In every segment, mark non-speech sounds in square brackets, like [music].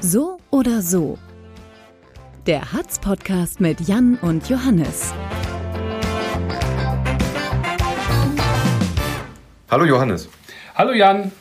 So oder so. Der Hatz-Podcast mit Jan und Johannes. Hallo Johannes. Hallo Jan.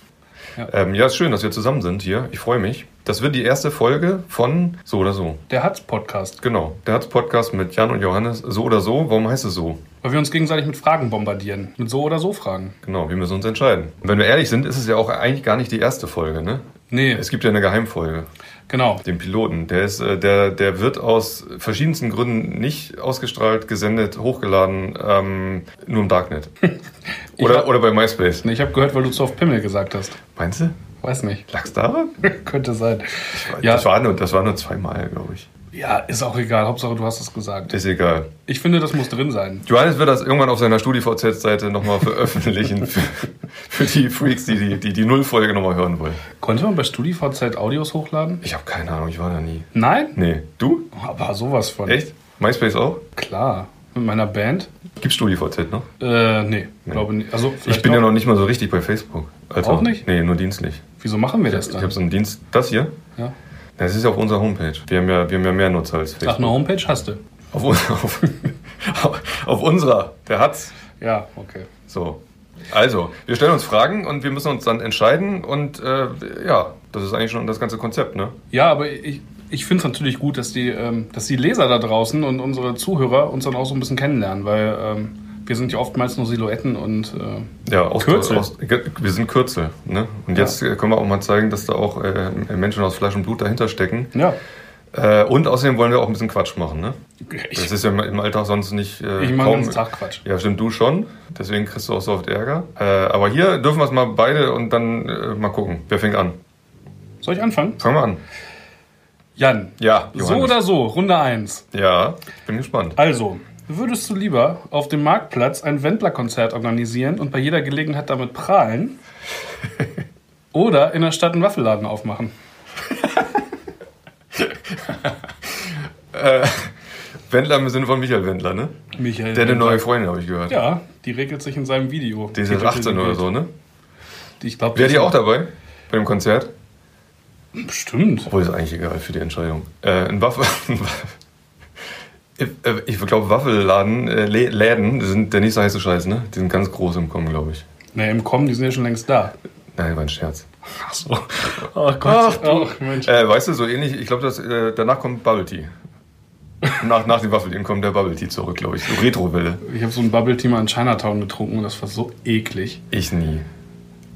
Ähm, ja, ist schön, dass wir zusammen sind hier. Ich freue mich. Das wird die erste Folge von So oder So. Der Hatz-Podcast, Genau. Der Hatz-Podcast mit Jan und Johannes. So oder So. Warum heißt es so? weil wir uns gegenseitig mit Fragen bombardieren. Mit so oder so Fragen. Genau, wir müssen uns entscheiden. Und wenn wir ehrlich sind, ist es ja auch eigentlich gar nicht die erste Folge, ne? Nee, Es gibt ja eine Geheimfolge, genau. den Piloten. Der, ist, äh, der, der wird aus verschiedensten Gründen nicht ausgestrahlt, gesendet, hochgeladen, ähm, nur im Darknet. oder, hab- oder bei MySpace. Nee, Ich habe gehört, weil du es auf Pimmel gesagt hast. Meinst du? Weiß nicht. [laughs] Lag's daran? Könnte sein. Das, Ja, war nur, das war nur zweimal, glaube ich. ja, ist auch egal. Hauptsache, du hast es gesagt. Ist egal. Ich finde, das muss drin sein. Johannes wird das irgendwann auf seiner StudiVZ-Seite nochmal veröffentlichen für, für die Freaks, die die, die, die Nullfolge nochmal hören wollen. Konnte man bei StudiVZ Audios hochladen? Ich habe keine Ahnung, ich war da nie. Nein? Nee, du? Aber sowas von. Echt? MySpace auch? Klar. Mit meiner Band? Gibt StudiVZ noch? Äh, nee, glaube nicht. Also, vielleicht Ich bin ja noch nicht mal so richtig bei Facebook. Also, Auch nicht? Nee, nur dienstlich. Wieso machen wir das Ich dann? habe so einen Dienst. Das hier? ja. Das ist ja auf unserer Homepage. Wir haben ja, wir haben ja mehr Nutzer als Ach, Facebook. eine Homepage hast du. Auf, un- auf, [laughs] auf unserer. Der hat's. Ja, okay. So. Also, wir stellen uns Fragen und wir müssen uns dann entscheiden. Und äh, ja, das ist eigentlich schon das ganze Konzept, ne? Ja, aber ich, ich finde es natürlich gut, dass die, ähm, dass die Leser da draußen und unsere Zuhörer uns dann auch so ein bisschen kennenlernen, weil ähm, wir sind ja oftmals nur Silhouetten und äh, Ja, aus, Kürzel. Aus, ge- wir sind Kürzel. Ne? Und jetzt äh, können wir auch mal zeigen, dass da auch äh, Menschen aus Fleisch und Blut dahinter stecken. ja, Äh, und außerdem wollen wir auch ein bisschen Quatsch machen. Ne? Das ich, ist ja im- im Alltag sonst nicht. Äh, ich mache den ganzen Tag Quatsch. Ja, stimmt, du schon. Deswegen kriegst du auch so oft Ärger. Äh, aber hier dürfen wir es mal beide und dann äh, mal gucken. Wer fängt an? Soll ich anfangen? Fangen wir an. Jan, Ja, so oder so, Runde 1. Ja, ich bin gespannt. Also, würdest du lieber auf dem Marktplatz ein Wendler-Konzert organisieren und bei jeder Gelegenheit damit [laughs] prahlen oder in der Stadt einen Waffelladen aufmachen? Wendler im Sinne von Michael Wendler, ne? Michael. Der hat eine neue Freundin, habe ich gehört. Ja, die regelt sich in seinem Video. Die ist jetzt 18 oder so, ne? Ich glaube, Wäre die auch dabei? Bei dem Konzert? Bestimmt. Obwohl ist eigentlich egal für die Entscheidung. Äh, ein Waffel. Ich- äh, [laughs] Ich glaube, Waffelladen, äh, Lä- Läden die sind der nächste heiße Scheiß, ne? Die sind ganz groß im Kommen, glaube ich. Ne, im Kommen, die sind ja schon längst da. Nein, war ein Scherz. Ach so. Oh Gott. Ach, Mensch. Äh, weißt du, so ähnlich, ich glaube, dass, äh, danach kommt Bubble Tea. Nach, nach dem Waffelding kommt der Bubble Tea zurück, glaube ich. So Retro-Welle. Ich habe so ein Bubble Tea mal in Chinatown getrunken und das war so eklig. Ich nie.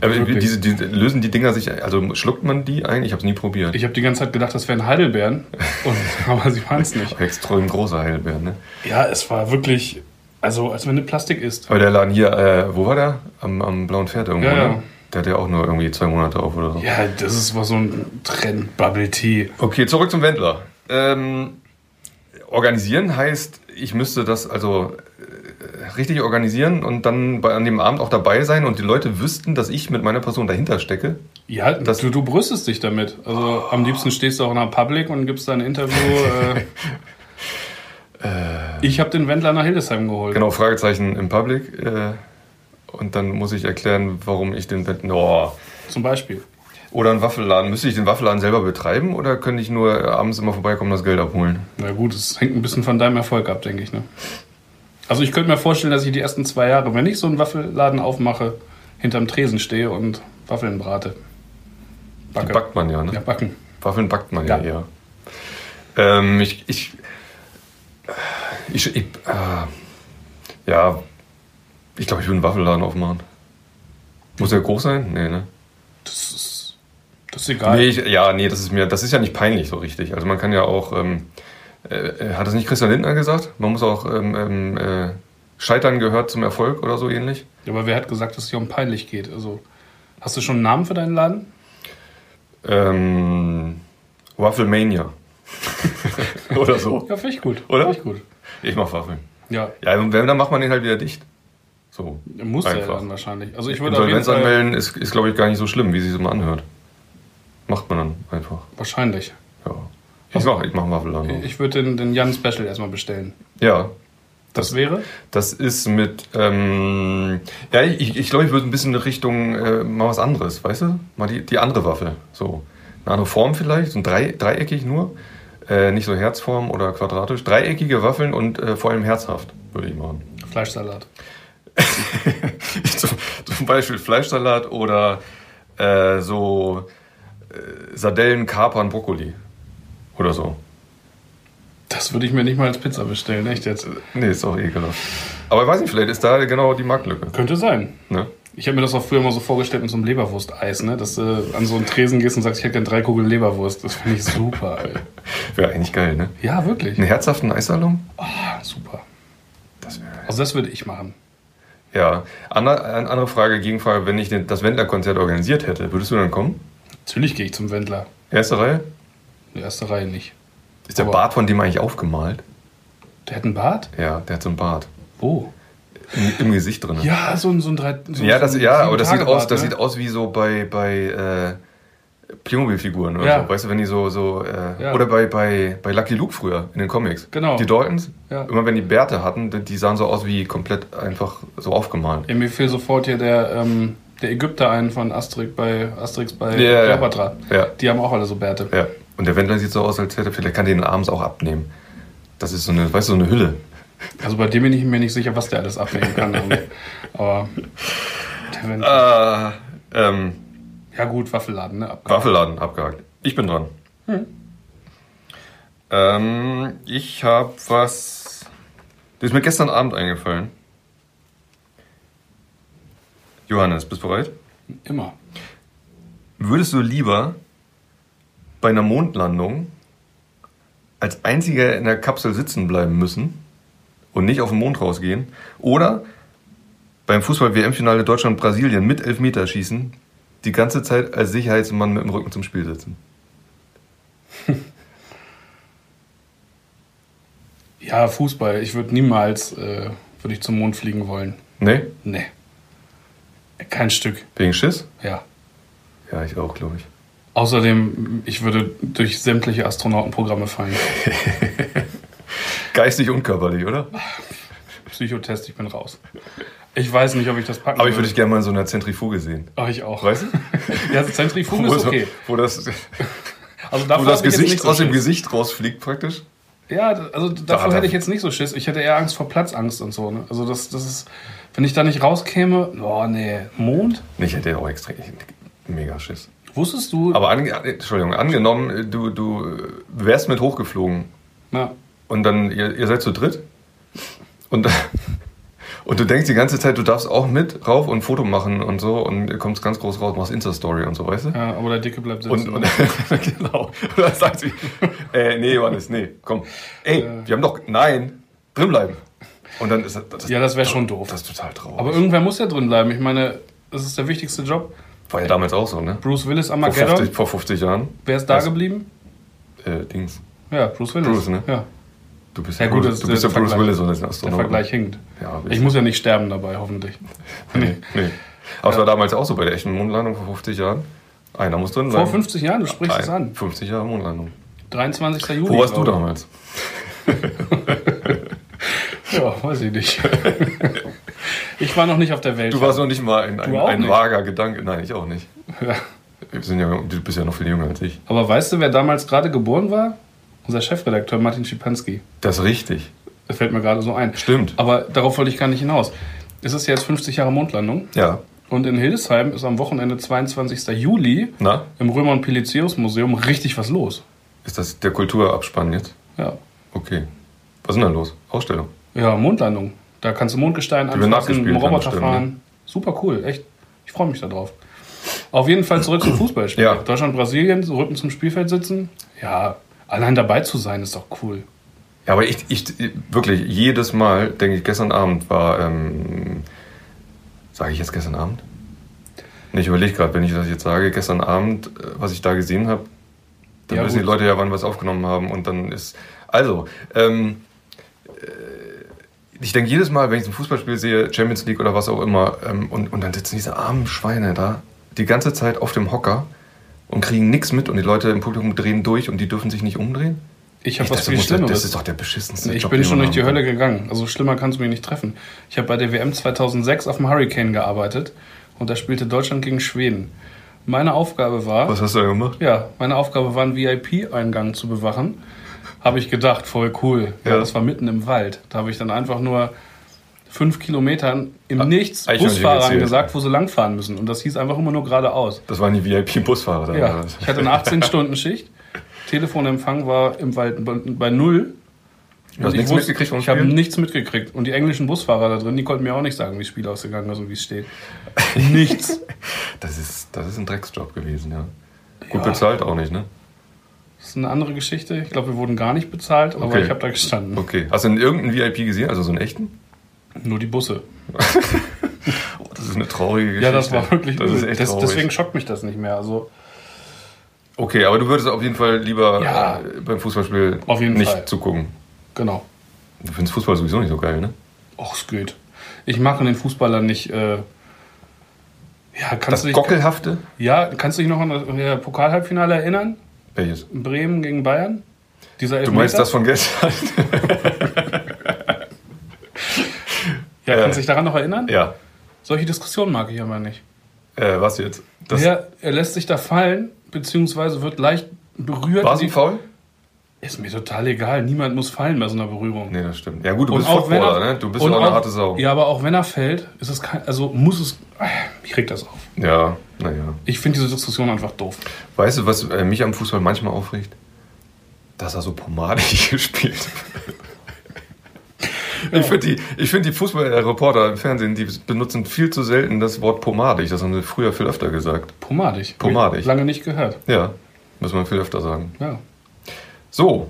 Aber Wirklich? diese, die, lösen die Dinger sich, also schluckt man die ein? Ich habe es nie probiert. Ich habe die ganze Zeit gedacht, das wären [laughs] Heidelbeeren, und, aber sie waren es nicht. Extrem großer Heidelbeeren, ne? Ja, es war wirklich, also als wenn du Plastik isst. Aber der Laden hier, äh, wo war der? Am, am Blauen Pferd irgendwo, Ja, ja. ne? Der hat ja auch nur irgendwie zwei Monate auf oder so. Ja, das ist war so ein Trend, Bubble Tea. Okay, zurück zum Wendler. Ähm, organisieren heißt, ich müsste das also äh, richtig organisieren und dann bei, an dem Abend auch dabei sein und die Leute wüssten, dass ich mit meiner Person dahinter stecke. Ja, du, du brüstest dich damit. Also am liebsten stehst du auch in der Public und gibst dein Interview. [laughs] Äh, ich habe den Wendler nach Hildesheim geholt. Genau, Fragezeichen im Public. Äh, und dann muss ich erklären, warum ich den Wendler... Oh. Zum Beispiel. Oder einen Waffelladen. Müsste ich den Waffelladen selber betreiben oder könnte ich nur äh, abends immer vorbeikommen und das Geld abholen? Na gut, es hängt ein bisschen von deinem Erfolg ab, denke ich. Ne? Also ich könnte mir vorstellen, dass ich die ersten zwei Jahre, wenn ich so einen Waffelladen aufmache, hinterm Tresen stehe und Waffeln brate. Die Backe. backt man ja, ne? Ja, backen. Waffeln backt man ja, Ja. eher. Ähm, ich, ich, ich, ich äh, ja, ich glaube, ich würde einen Waffelladen aufmachen. Muss der groß sein? Nee, ne? Das ist, das ist egal. Nee, ich, ja, nee, das ist mir, das ist ja nicht peinlich so richtig. Also man kann ja auch, ähm, äh, äh, hat das nicht Christian Lindner gesagt? Man muss auch, ähm, ähm, äh, Scheitern gehört zum Erfolg oder so ähnlich. Aber wer hat gesagt, dass es hier um peinlich geht? Also, hast du schon einen Namen für deinen Laden? Ähm, Wafflemania. [laughs] oder so. Ja, finde ich gut. Oder? Finde ich gut. Ich mach Waffeln. Ja, Ja, und wenn, dann macht man den halt wieder dicht. So. muss er Einfach. dann wahrscheinlich. Also ich würde auf jeden Insolvenz Fall... anmelden ist, ist glaube ich, gar nicht so schlimm, wie sie es immer anhört. Macht man dann einfach. Wahrscheinlich. Ja. Ich mach, ich mach einen Waffelladen. auf. Ich würde den, den Jan Special erstmal bestellen. Ja, Das wäre? das ist mit. Ähm, ja, ich glaube, ich, glaub, ich würde ein bisschen in Richtung äh, mal was anderes, weißt du? Mal die, die andere Waffe. So. eine andere Form vielleicht, so ein drei, dreieckig nur. Äh, nicht so Herzform oder quadratisch. Dreieckige Waffeln und äh, vor allem herzhaft, würde ich machen. Fleischsalat. [laughs] zum, zum Beispiel Fleischsalat oder äh, so äh, Sardellen, Kapern, Brokkoli. Oder so. Das würde ich mir nicht mal als Pizza bestellen, echt jetzt. Nee, ist auch ekelhaft. Aber ich weiß nicht, vielleicht ist da genau die Marktlücke. Könnte sein. Ne? Ich habe mir das auch früher mal so vorgestellt mit so einem Leberwursteis, ne? Dass du an so einen Tresen gehst und sagst, ich hätte gerne drei Kugeln Leberwurst. Das finde ich super, ey. Wäre eigentlich geil, ne? Ja, wirklich. Einen herzhaften Eissalon? Ah, super. Das wäre. Also das würde ich machen. Ja. Ander, eine andere Frage, Gegenfrage, wenn ich den, das Wendler-Konzert organisiert hätte, würdest du dann kommen? Natürlich gehe ich zum Wendler. Erste Reihe? Die erste Reihe nicht. Ist der Aber- Bart von dem eigentlich aufgemalt? Der hat einen Bart? Ja, der hat so einen Bart. Wo? Im, im Gesicht drin. Ja, so ein, so ein drei. So Ja, so das, ein ja aber das sieht, aus, Sieben-Tage-Bart, das ne? sieht aus wie so bei, bei äh, Playmobil-Figuren oder Ja. so. Weißt du, wenn die so. so äh, Ja. Oder bei, bei, bei Lucky Luke früher in den Comics. Genau. Die Daltons, Ja. immer wenn die Bärte hatten, die- die sahen so aus wie komplett einfach so aufgemalt. Ja, mir fiel sofort hier der, ähm, der Ägypter ein von Asterix bei Asterix bei Ja, ja, ja. Kleopatra. Ja. Die haben auch alle so Bärte. ja. Und der Wendler sieht so aus, als hätte er vielleicht kann den abends auch abnehmen. Das ist so eine, weißt du, so eine Hülle. Also bei dem bin ich mir nicht sicher, was der alles [laughs] abnehmen kann. Aber der Wendler- Äh, ähm, ja gut, Waffelladen, ne? Abgabe. Waffelladen abgehakt. Ich bin dran. Ähm, ich habe was. Das ist mir gestern Abend eingefallen. Johannes, bist du bereit? Immer. Würdest du lieber bei einer Mondlandung als einziger in der Kapsel sitzen bleiben müssen und nicht auf den Mond rausgehen? Oder beim Fußball-WM-Finale Deutschland-Brasilien mit Elfmeterschießen die ganze Zeit als Sicherheitsmann mit dem Rücken zum Spiel sitzen? Ja, Fußball. Ich würde niemals äh, würde ich zum Mond fliegen wollen. Nee? Nee. Kein Stück, Wegen Schiss? ja. Ja, ich auch, glaube ich. Außerdem, ich würde durch sämtliche Astronautenprogramme fallen. Geistig und körperlich, oder? Psychotest, ich bin raus. Ich weiß nicht, ob ich das packen Aber ich würde dich gerne mal in so einer Zentrifuge sehen. Ach, ich auch. Weißt du? [laughs] Ja, [laughs] Zentrifuge ist okay. wo das, Also wo dafür das hab ich jetzt Gesicht nicht so aus dem Schiss. Gesicht rausfliegt praktisch. Ja, d- also d- davor Da- da- hätte ich jetzt nicht so Schiss. Ich hätte eher Angst vor Platzangst und so. Ne? Also das, das ist, wenn ich da nicht rauskäme, oh nee, Mond? Nee, ich hätte ja auch extrem mega Schiss. Wusstest du? Aber ange, Entschuldigung, angenommen, du, du wärst mit hochgeflogen Na, und dann, ihr, ihr seid zu dritt und, [laughs] und du denkst die ganze Zeit, du darfst auch mit rauf und ein Foto machen und so und kommst ganz groß raus, machst Insta-Story und so, weißt du? ja, aber der Dicke bleibt Und, sitzen. und [laughs] genau. Und dann sagt sie, äh, nee, Johannes, nee, komm. Ey, wir haben doch, nein, drin bleiben. Und dann ist das, das, Oh, ja, das wäre schon doof. das ist total traurig. aber irgendwer muss ja drin bleiben. Ich meine, das ist der wichtigste Job. War ja damals auch so, ne? Bruce Willis Vor 50, Armageddon. vor 50 Jahren. Wer ist da Das- geblieben? Äh, Dings. Ja, Bruce Willis. Bruce, ne? Ja, Du bist Ja, ja, gut, Bruce, das ist du bist der ja Bruce Vergleich. Willis und das ist ein der Astronaut. Vergleich hinkt. Ja, aber Ich muss ja nicht sterben dabei, hoffentlich. [laughs] nee. nee. Aber es war damals auch so bei der echten Mondlandung vor 50 Jahren. Einer muss drin Vor bleiben. 50 Jahren, du sprichst es Ein- an. 50 Jahre Mondlandung. 23. Juli. Wo warst du glaub ich. damals? Ja, weiß [laughs] ich nicht. ich war noch nicht auf der Welt. Du warst noch nicht mal ein, ein, auch ein nicht. vager Gedanke. Nein, ich auch nicht. Ja. Wir sind ja, du bist ja noch viel jünger als ich. Aber weißt du, wer damals gerade geboren war? Unser Chefredakteur Martin Schipanski. Das ist richtig. Das fällt mir gerade so ein. Stimmt. Aber darauf wollte ich gar nicht hinaus. Es ist jetzt 50 Jahre Mondlandung. Ja. Und in Hildesheim ist am Wochenende 22. Juli Na, im Römer- und Pelizius-Museum richtig was los. ist das der Kulturabspann jetzt? Ja. Okay. Was ist denn da los? Ausstellung. Ja, Mondlandung. Da kannst du Mondgestein wird anfassen, nachgespielt, mit dem Roboter bestimmt, ne? fahren. Super cool, echt. Ich freue mich darauf. Auf jeden Fall zurück [clears throat] zum Fußballspiel. Ja. Deutschland, Brasilien, so Rücken zum Spielfeld sitzen. Ja, allein dabei zu sein ist doch cool. Ja, aber ich, ich wirklich, jedes Mal, denke ich, gestern Abend war, ähm, sage ich jetzt gestern Abend? Nee, ich überlege gerade, wenn ich das jetzt sage, gestern Abend, äh, was ich da gesehen habe, dann Ja, wissen die gut. Leute ja, wann wir es aufgenommen haben und dann ist, also, ähm, äh, ich denke jedes Mal, wenn ich ein Fußballspiel sehe, Champions League oder was auch immer, ähm, und, und dann sitzen diese armen Schweine da die ganze Zeit auf dem Hocker und kriegen nichts mit und die Leute im Publikum drehen durch und die dürfen sich nicht umdrehen. Ich habe Ey, was das viel muss ja- Schlimmeres. Das ist doch der beschissenste Ich Job, bin den schon man durch die haben Hölle gegangen. Also schlimmer kannst du mich nicht treffen. Ich habe bei der WM 2006 auf dem Hurricane gearbeitet und da spielte Deutschland gegen Schweden. Meine Aufgabe war, Was hast du da gemacht? ja, meine Aufgabe war, einen VIP-Eingang zu bewachen. Habe ich gedacht, voll cool. Ja. Ja. das war mitten im Wald. Da habe ich dann einfach nur fünf Kilometern Ah, im Nichts Eichhörnchen Busfahrern gezählt. gesagt, wo sie langfahren müssen. Und das hieß einfach immer nur geradeaus. Das waren die VIP-Busfahrer da. Ja, oder was? ich [laughs] hatte eine 18-Stunden-Schicht. Telefonempfang war im Wald bei- bei null. Du hast Und ich nichts wusste- mitgekriegt vom Ich habe Spiel? nichts mitgekriegt. Und die englischen Busfahrer da drin, die konnten mir auch nicht sagen, wie das Spiel ausgegangen ist und wie es steht. [laughs] Nichts. Das ist, das ist ein Drecksjob gewesen, ja. Ja. Gut bezahlt auch nicht, ne? Das ist eine andere Geschichte. Ich glaube, wir wurden gar nicht bezahlt, aber Okay. ich habe da gestanden. Okay. Hast du denn irgendeinen VIP gesehen? Also so einen echten? Nur die Busse. Oh, das ist eine traurige Geschichte. Ja, das war wirklich Das ist übel. echt das, traurig. Deswegen schockt mich das nicht mehr. Also, Okay, aber du würdest auf jeden Fall lieber Ja. äh, beim Fußballspiel Auf jeden nicht Fall. zugucken. genau. Du findest Fußball sowieso nicht so geil, ne? Och, es geht. Ich mag an den Fußballern nicht. Äh, ja, kannst Das du dich, Gockelhafte? ja, kannst du dich noch an das äh, Pokalhalbfinale erinnern? Welches? Bremen gegen Bayern? Dieser Du Elfmeter? meinst das von gestern? [laughs] Ja, Äh. kannst du dich daran noch erinnern? ja. Solche Diskussionen mag ich aber nicht. Äh, was jetzt? Das er, er lässt sich da fallen, beziehungsweise wird leicht berührt. war es ein Foul? Ist mir total egal. Niemand muss fallen bei so einer Berührung. Nee, das stimmt. Ja gut, du bist Footballer, ne? Du bist und auch eine harte Sau. Ja, aber auch wenn er fällt, ist es kein, also muss es, ich reg das auf. ja naja. Ich finde diese Diskussion einfach doof. Weißt du, was äh, mich am Fußball manchmal aufregt? Dass er so pomadig [laughs] gespielt wird. Ich finde die, ich find die Fußballreporter im Fernsehen, die benutzen viel zu selten das Wort pomadig. Das haben sie früher viel öfter gesagt. Pomadig. Hab Pomadig. ich Lange nicht gehört. Ja, muss man viel öfter sagen. Ja. So,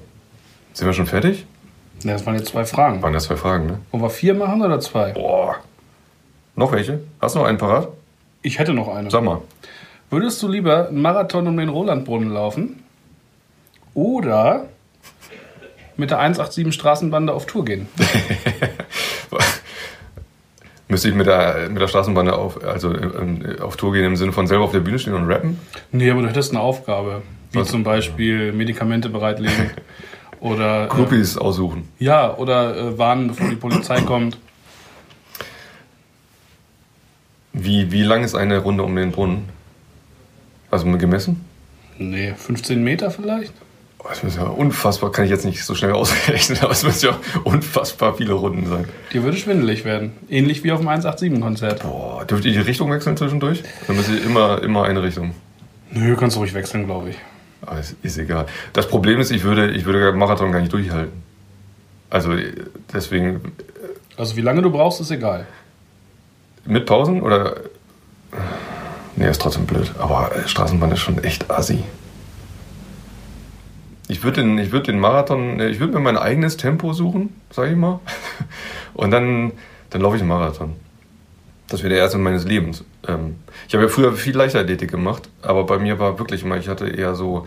sind wir schon fertig? Na, Das waren jetzt zwei Fragen. Waren das zwei Fragen, ne? Wollen wir vier machen oder zwei? Boah. Noch welche? Hast du noch einen parat? Ich hätte noch eine. Sag mal. Würdest du lieber einen Marathon um den Rolandbrunnen laufen oder mit der 187 Straßenbande auf Tour gehen? [laughs] Müsste ich mit der, mit der Straßenbande auf, also, ähm, auf Tour gehen im Sinne von selber auf der Bühne stehen und rappen? Nee, aber du hättest eine Aufgabe. Wie Was? zum Beispiel Medikamente bereitlegen oder. äh, Groupies aussuchen. Ja, oder äh, warnen, bevor die Polizei kommt. Wie, wie lang ist eine Runde um den Brunnen? Also mal gemessen? Nee, 15 Meter vielleicht? Oh, Das müssen ja unfassbar, kann ich jetzt nicht so schnell [laughs] ausrechnen, aber es müssen ja unfassbar viele Runden sein. Dir würde schwindelig werden. Ähnlich wie auf dem 187-Konzert. Boah, dürft ihr die Richtung wechseln zwischendurch? Dann müsst ihr immer, immer eine Richtung. Nö, kannst du ruhig wechseln, glaube ich. Aber es ist egal. Das Problem ist, ich würde, ich würde Marathon gar nicht durchhalten. Also deswegen Also wie lange du brauchst, ist egal. mit Pausen oder. Nee, ist trotzdem blöd. Aber äh, Straßenbahn ist schon echt assi. Ich würde den, ich würd den Marathon, äh, ich würde mir mein eigenes Tempo suchen, sag ich mal. [laughs] Und dann, dann laufe ich einen Marathon. Das wäre der erste meines Lebens. Ähm, ich habe ja früher viel Leichtathletik gemacht, aber bei mir war wirklich mal, ich hatte eher so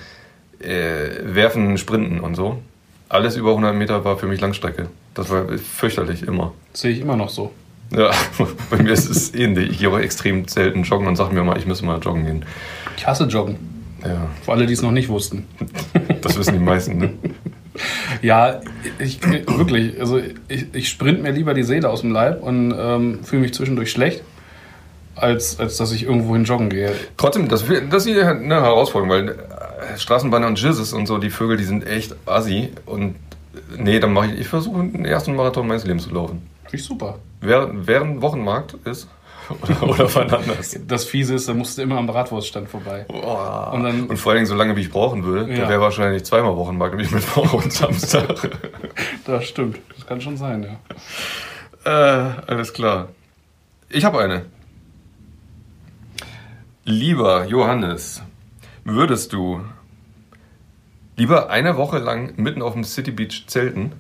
äh, Werfen, Sprinten und so. Alles über 100 Meter war für mich Langstrecke. Das war fürchterlich immer. Das sehe ich immer noch so. Ja, [laughs] bei mir ist es ähnlich. Ich gehe auch extrem selten joggen und sage mir mal, ich müsste mal joggen gehen. Ich hasse Joggen. Ja, Für alle, die es noch nicht wussten. das wissen die meisten, ne? Ja, ich wirklich, also ich, ich sprint mir lieber die Seele aus dem Leib und ähm, fühle mich zwischendurch schlecht, als, als dass ich irgendwo hin joggen gehe. Trotzdem, das, wir- das ist eine Herausforderung, weil äh, Straßenbahn und Jizzes und so, die Vögel, die sind echt assi. Und äh, nee, dann mache ich, ich versuche den ersten Marathon meines Lebens zu laufen. Finde ich super. Wer, wer ein Wochenmarkt ist [laughs] oder, oder wann anders. Das Fiese ist, da musst du immer am Bratwurststand vorbei. Boah. Und Und, dann- vor allen Dingen so lange, wie ich brauchen würde, Ja. da wäre wahrscheinlich zweimal Wochenmarkt, nämlich Mittwoch und Samstag. Das stimmt. Das kann schon sein, ja. Äh, alles klar. Ich habe eine. Lieber Johannes, würdest du lieber eine Woche lang mitten auf dem City Beach zelten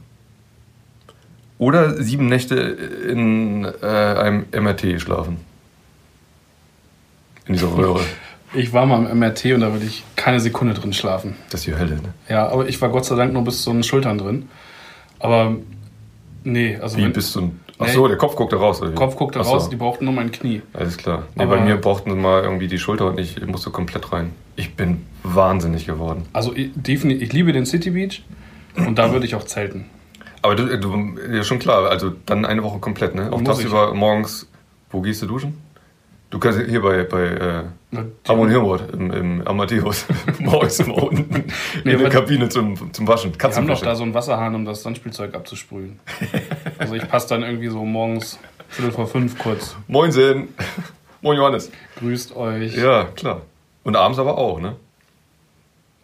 oder sieben Nächte in äh, einem MRT schlafen? In dieser Röhre. Ich war mal im MRT und da würde ich keine Sekunde drin schlafen. Das ist die Hölle, ne? Ja, aber ich war Gott sei Dank nur bis zu den Schultern drin. Aber nee, also Wie mein bist du ein. Ach so, der Kopf guckt da raus. Oder wie? Kopf guckte Ach so. raus, die brauchten nur mein Knie. Alles klar. Nee, Aber- bei mir brauchten sie mal irgendwie die Schulter und ich musste komplett rein. Ich bin wahnsinnig geworden. Also ich, definitiv, ich liebe den City Beach und da würde ich auch zelten. Aber du, du, ja schon klar, also dann eine Woche komplett, ne? Auch Muss tagsüber morgens, wo gehst du duschen? Du kannst hier bei, bei äh, Na, die- Amon Hirmort im, im [laughs] Amadeus [laughs] morgens immer unten Nee, in der aber- Kabine zum, zum Waschen. Die haben doch da Katzenwäsche. so einen Wasserhahn, um das Sandspielzeug abzusprühen. Also ich passe dann irgendwie so morgens Viertel vor fünf kurz. Moinsen. [laughs] Moin Johannes. Grüßt euch. Ja, klar. Und abends aber auch, ne?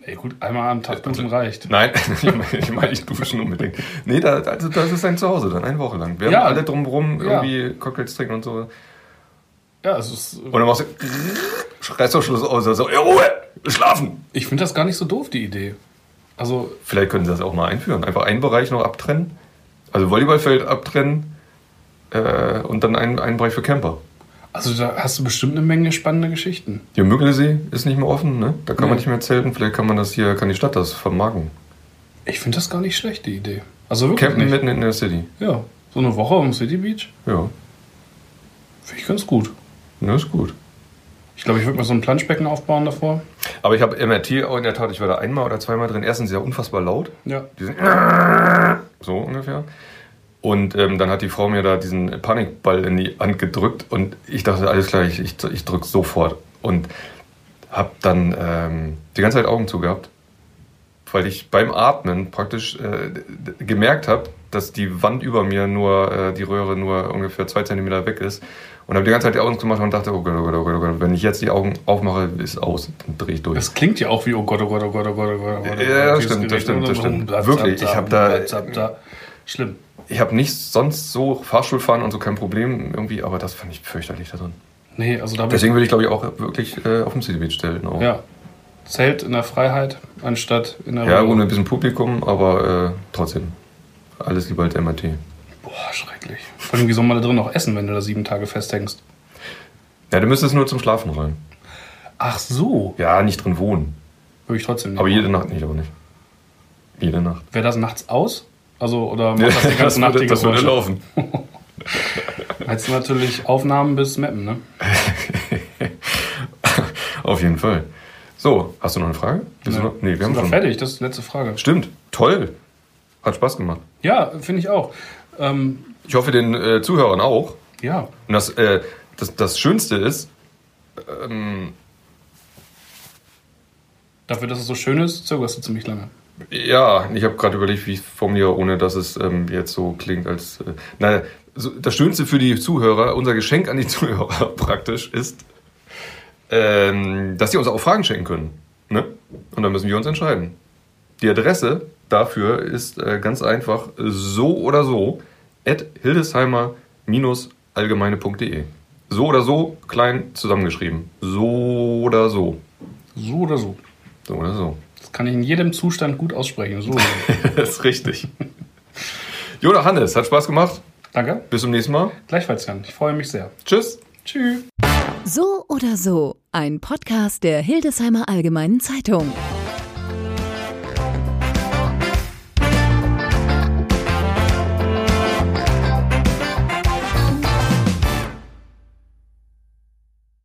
Ey, gut, einmal am Also Tag duschen reicht. Nein, [laughs] ich meine, ich meine nicht duschen unbedingt. Nee, da, also das ist sein Zuhause dann, eine Woche lang. Wir Ja. haben alle drumherum Ja. irgendwie Cocktails trinken und so. Ja, es ist. Und dann machst du, schreist du Schluss aus, so, "Ey, Ruhe, schlafen. Ich finde das gar nicht so doof, die Idee. Also, Vielleicht können sie das auch mal einführen. Einfach einen Bereich noch abtrennen. Also Volleyballfeld abtrennen äh, und dann einen, einen Bereich für Camper. also da hast du bestimmt eine Menge spannende Geschichten. Hier Müggelsee ist nicht mehr offen, ne? Da kann man Nee. nicht mehr zelten. Vielleicht kann man das hier, kann die Stadt das vermarkten. Ich finde das gar nicht schlecht, die Idee. Also wirklich. Campen Nicht. mitten in der City. Ja, so eine Woche am City Beach Ja, finde ich ganz gut. ne, ist gut. Ich glaube, ich würde mir so ein Planschbecken aufbauen davor. Aber ich habe MRT auch in der Tat, ich war da einmal oder zweimal drin. Erstens ja unfassbar laut. Ja. Die sind so ungefähr. Und ähm, dann hat die Frau mir da diesen Panikball in die Hand gedrückt und ich dachte, alles klar, ich, ich, ich drück sofort. Und hab dann ähm, die ganze Zeit Augen zugehabt, weil ich beim Atmen praktisch äh, d- d- gemerkt habe, dass die Wand über mir nur, äh, die Röhre nur ungefähr zwei Zentimeter weg ist. Und habe die ganze Zeit die Augen zugemacht und dachte, oh Gott, oh Gott, oh Gott, oh Gott, wenn ich jetzt die Augen aufmache, ist aus, dann drehe ich durch. Das klingt ja auch wie, oh Gott, oh Gott, oh Gott, oh Gott, oh Gott. Oh Gott, oh Gott. Ja, Dieses stimmt, das Gerät. oh, stimmt, das stimmt. Blab, Wirklich, blab, ich hab da- blab, blab, blab. Schlimm. Ich habe nicht sonst so Fahrschulfahren und so kein Problem irgendwie, aber das fand ich fürchterlich da drin. Nee, also da hab ich- Deswegen würde ich glaube ich auch wirklich äh, auf dem City Beach stellen. Auch. Ja. Zelt in der Freiheit anstatt in der ja, Ruhe. ohne ein bisschen Publikum, aber äh, trotzdem. Alles lieber als MRT. Boah, schrecklich. Vor allem, wie soll man da drin noch essen, wenn du da sieben Tage festhängst? Ja, du müsstest nur zum Schlafen rein. Ach so. Ja, nicht drin wohnen. Würde ich trotzdem nicht. Aber jede Nacht nicht, aber nicht. Jede Nacht. Wäre das nachts aus? Also, oder macht [laughs] das die ganze Nacht die das würde Geräusche? laufen. Hättest du natürlich Aufnahmen bis Mappen, ne? Auf jeden Fall. So, hast du noch eine Frage? Bist du Ja. noch? Nee, wir Sind haben wir schon. fertig? Das ist die letzte Frage. Stimmt. Toll. Hat Spaß gemacht. Ja, finde ich auch. Ähm, Ich hoffe, den äh, Zuhörern auch. ja. Und das, äh, das, das Schönste ist, ähm, Dafür, dass es so schön ist, zögerst du ziemlich lange. ja, ich habe gerade überlegt, wie ich es formuliere, ohne dass es ähm, jetzt so klingt, als. Äh, naja, so, das Schönste für die Zuhörer, unser Geschenk an die [laughs] Zuhörer praktisch, ist, ähm, dass sie uns auch Fragen schenken können. Ne? Und dann müssen wir uns entscheiden. Die Adresse dafür ist äh, ganz einfach so oder so at hildesheimer-allgemeine.de. So oder so, klein zusammengeschrieben. So oder so. So oder so. So oder so. Das kann ich in jedem Zustand gut aussprechen. So oder [laughs] so. Das ist richtig. Joda Hannes, hat Spaß gemacht. Danke. Bis zum nächsten Mal. Gleichfalls, Jan. Ich freue mich sehr. Tschüss. Tschüss. So oder so, ein Podcast der Hildesheimer Allgemeinen Zeitung.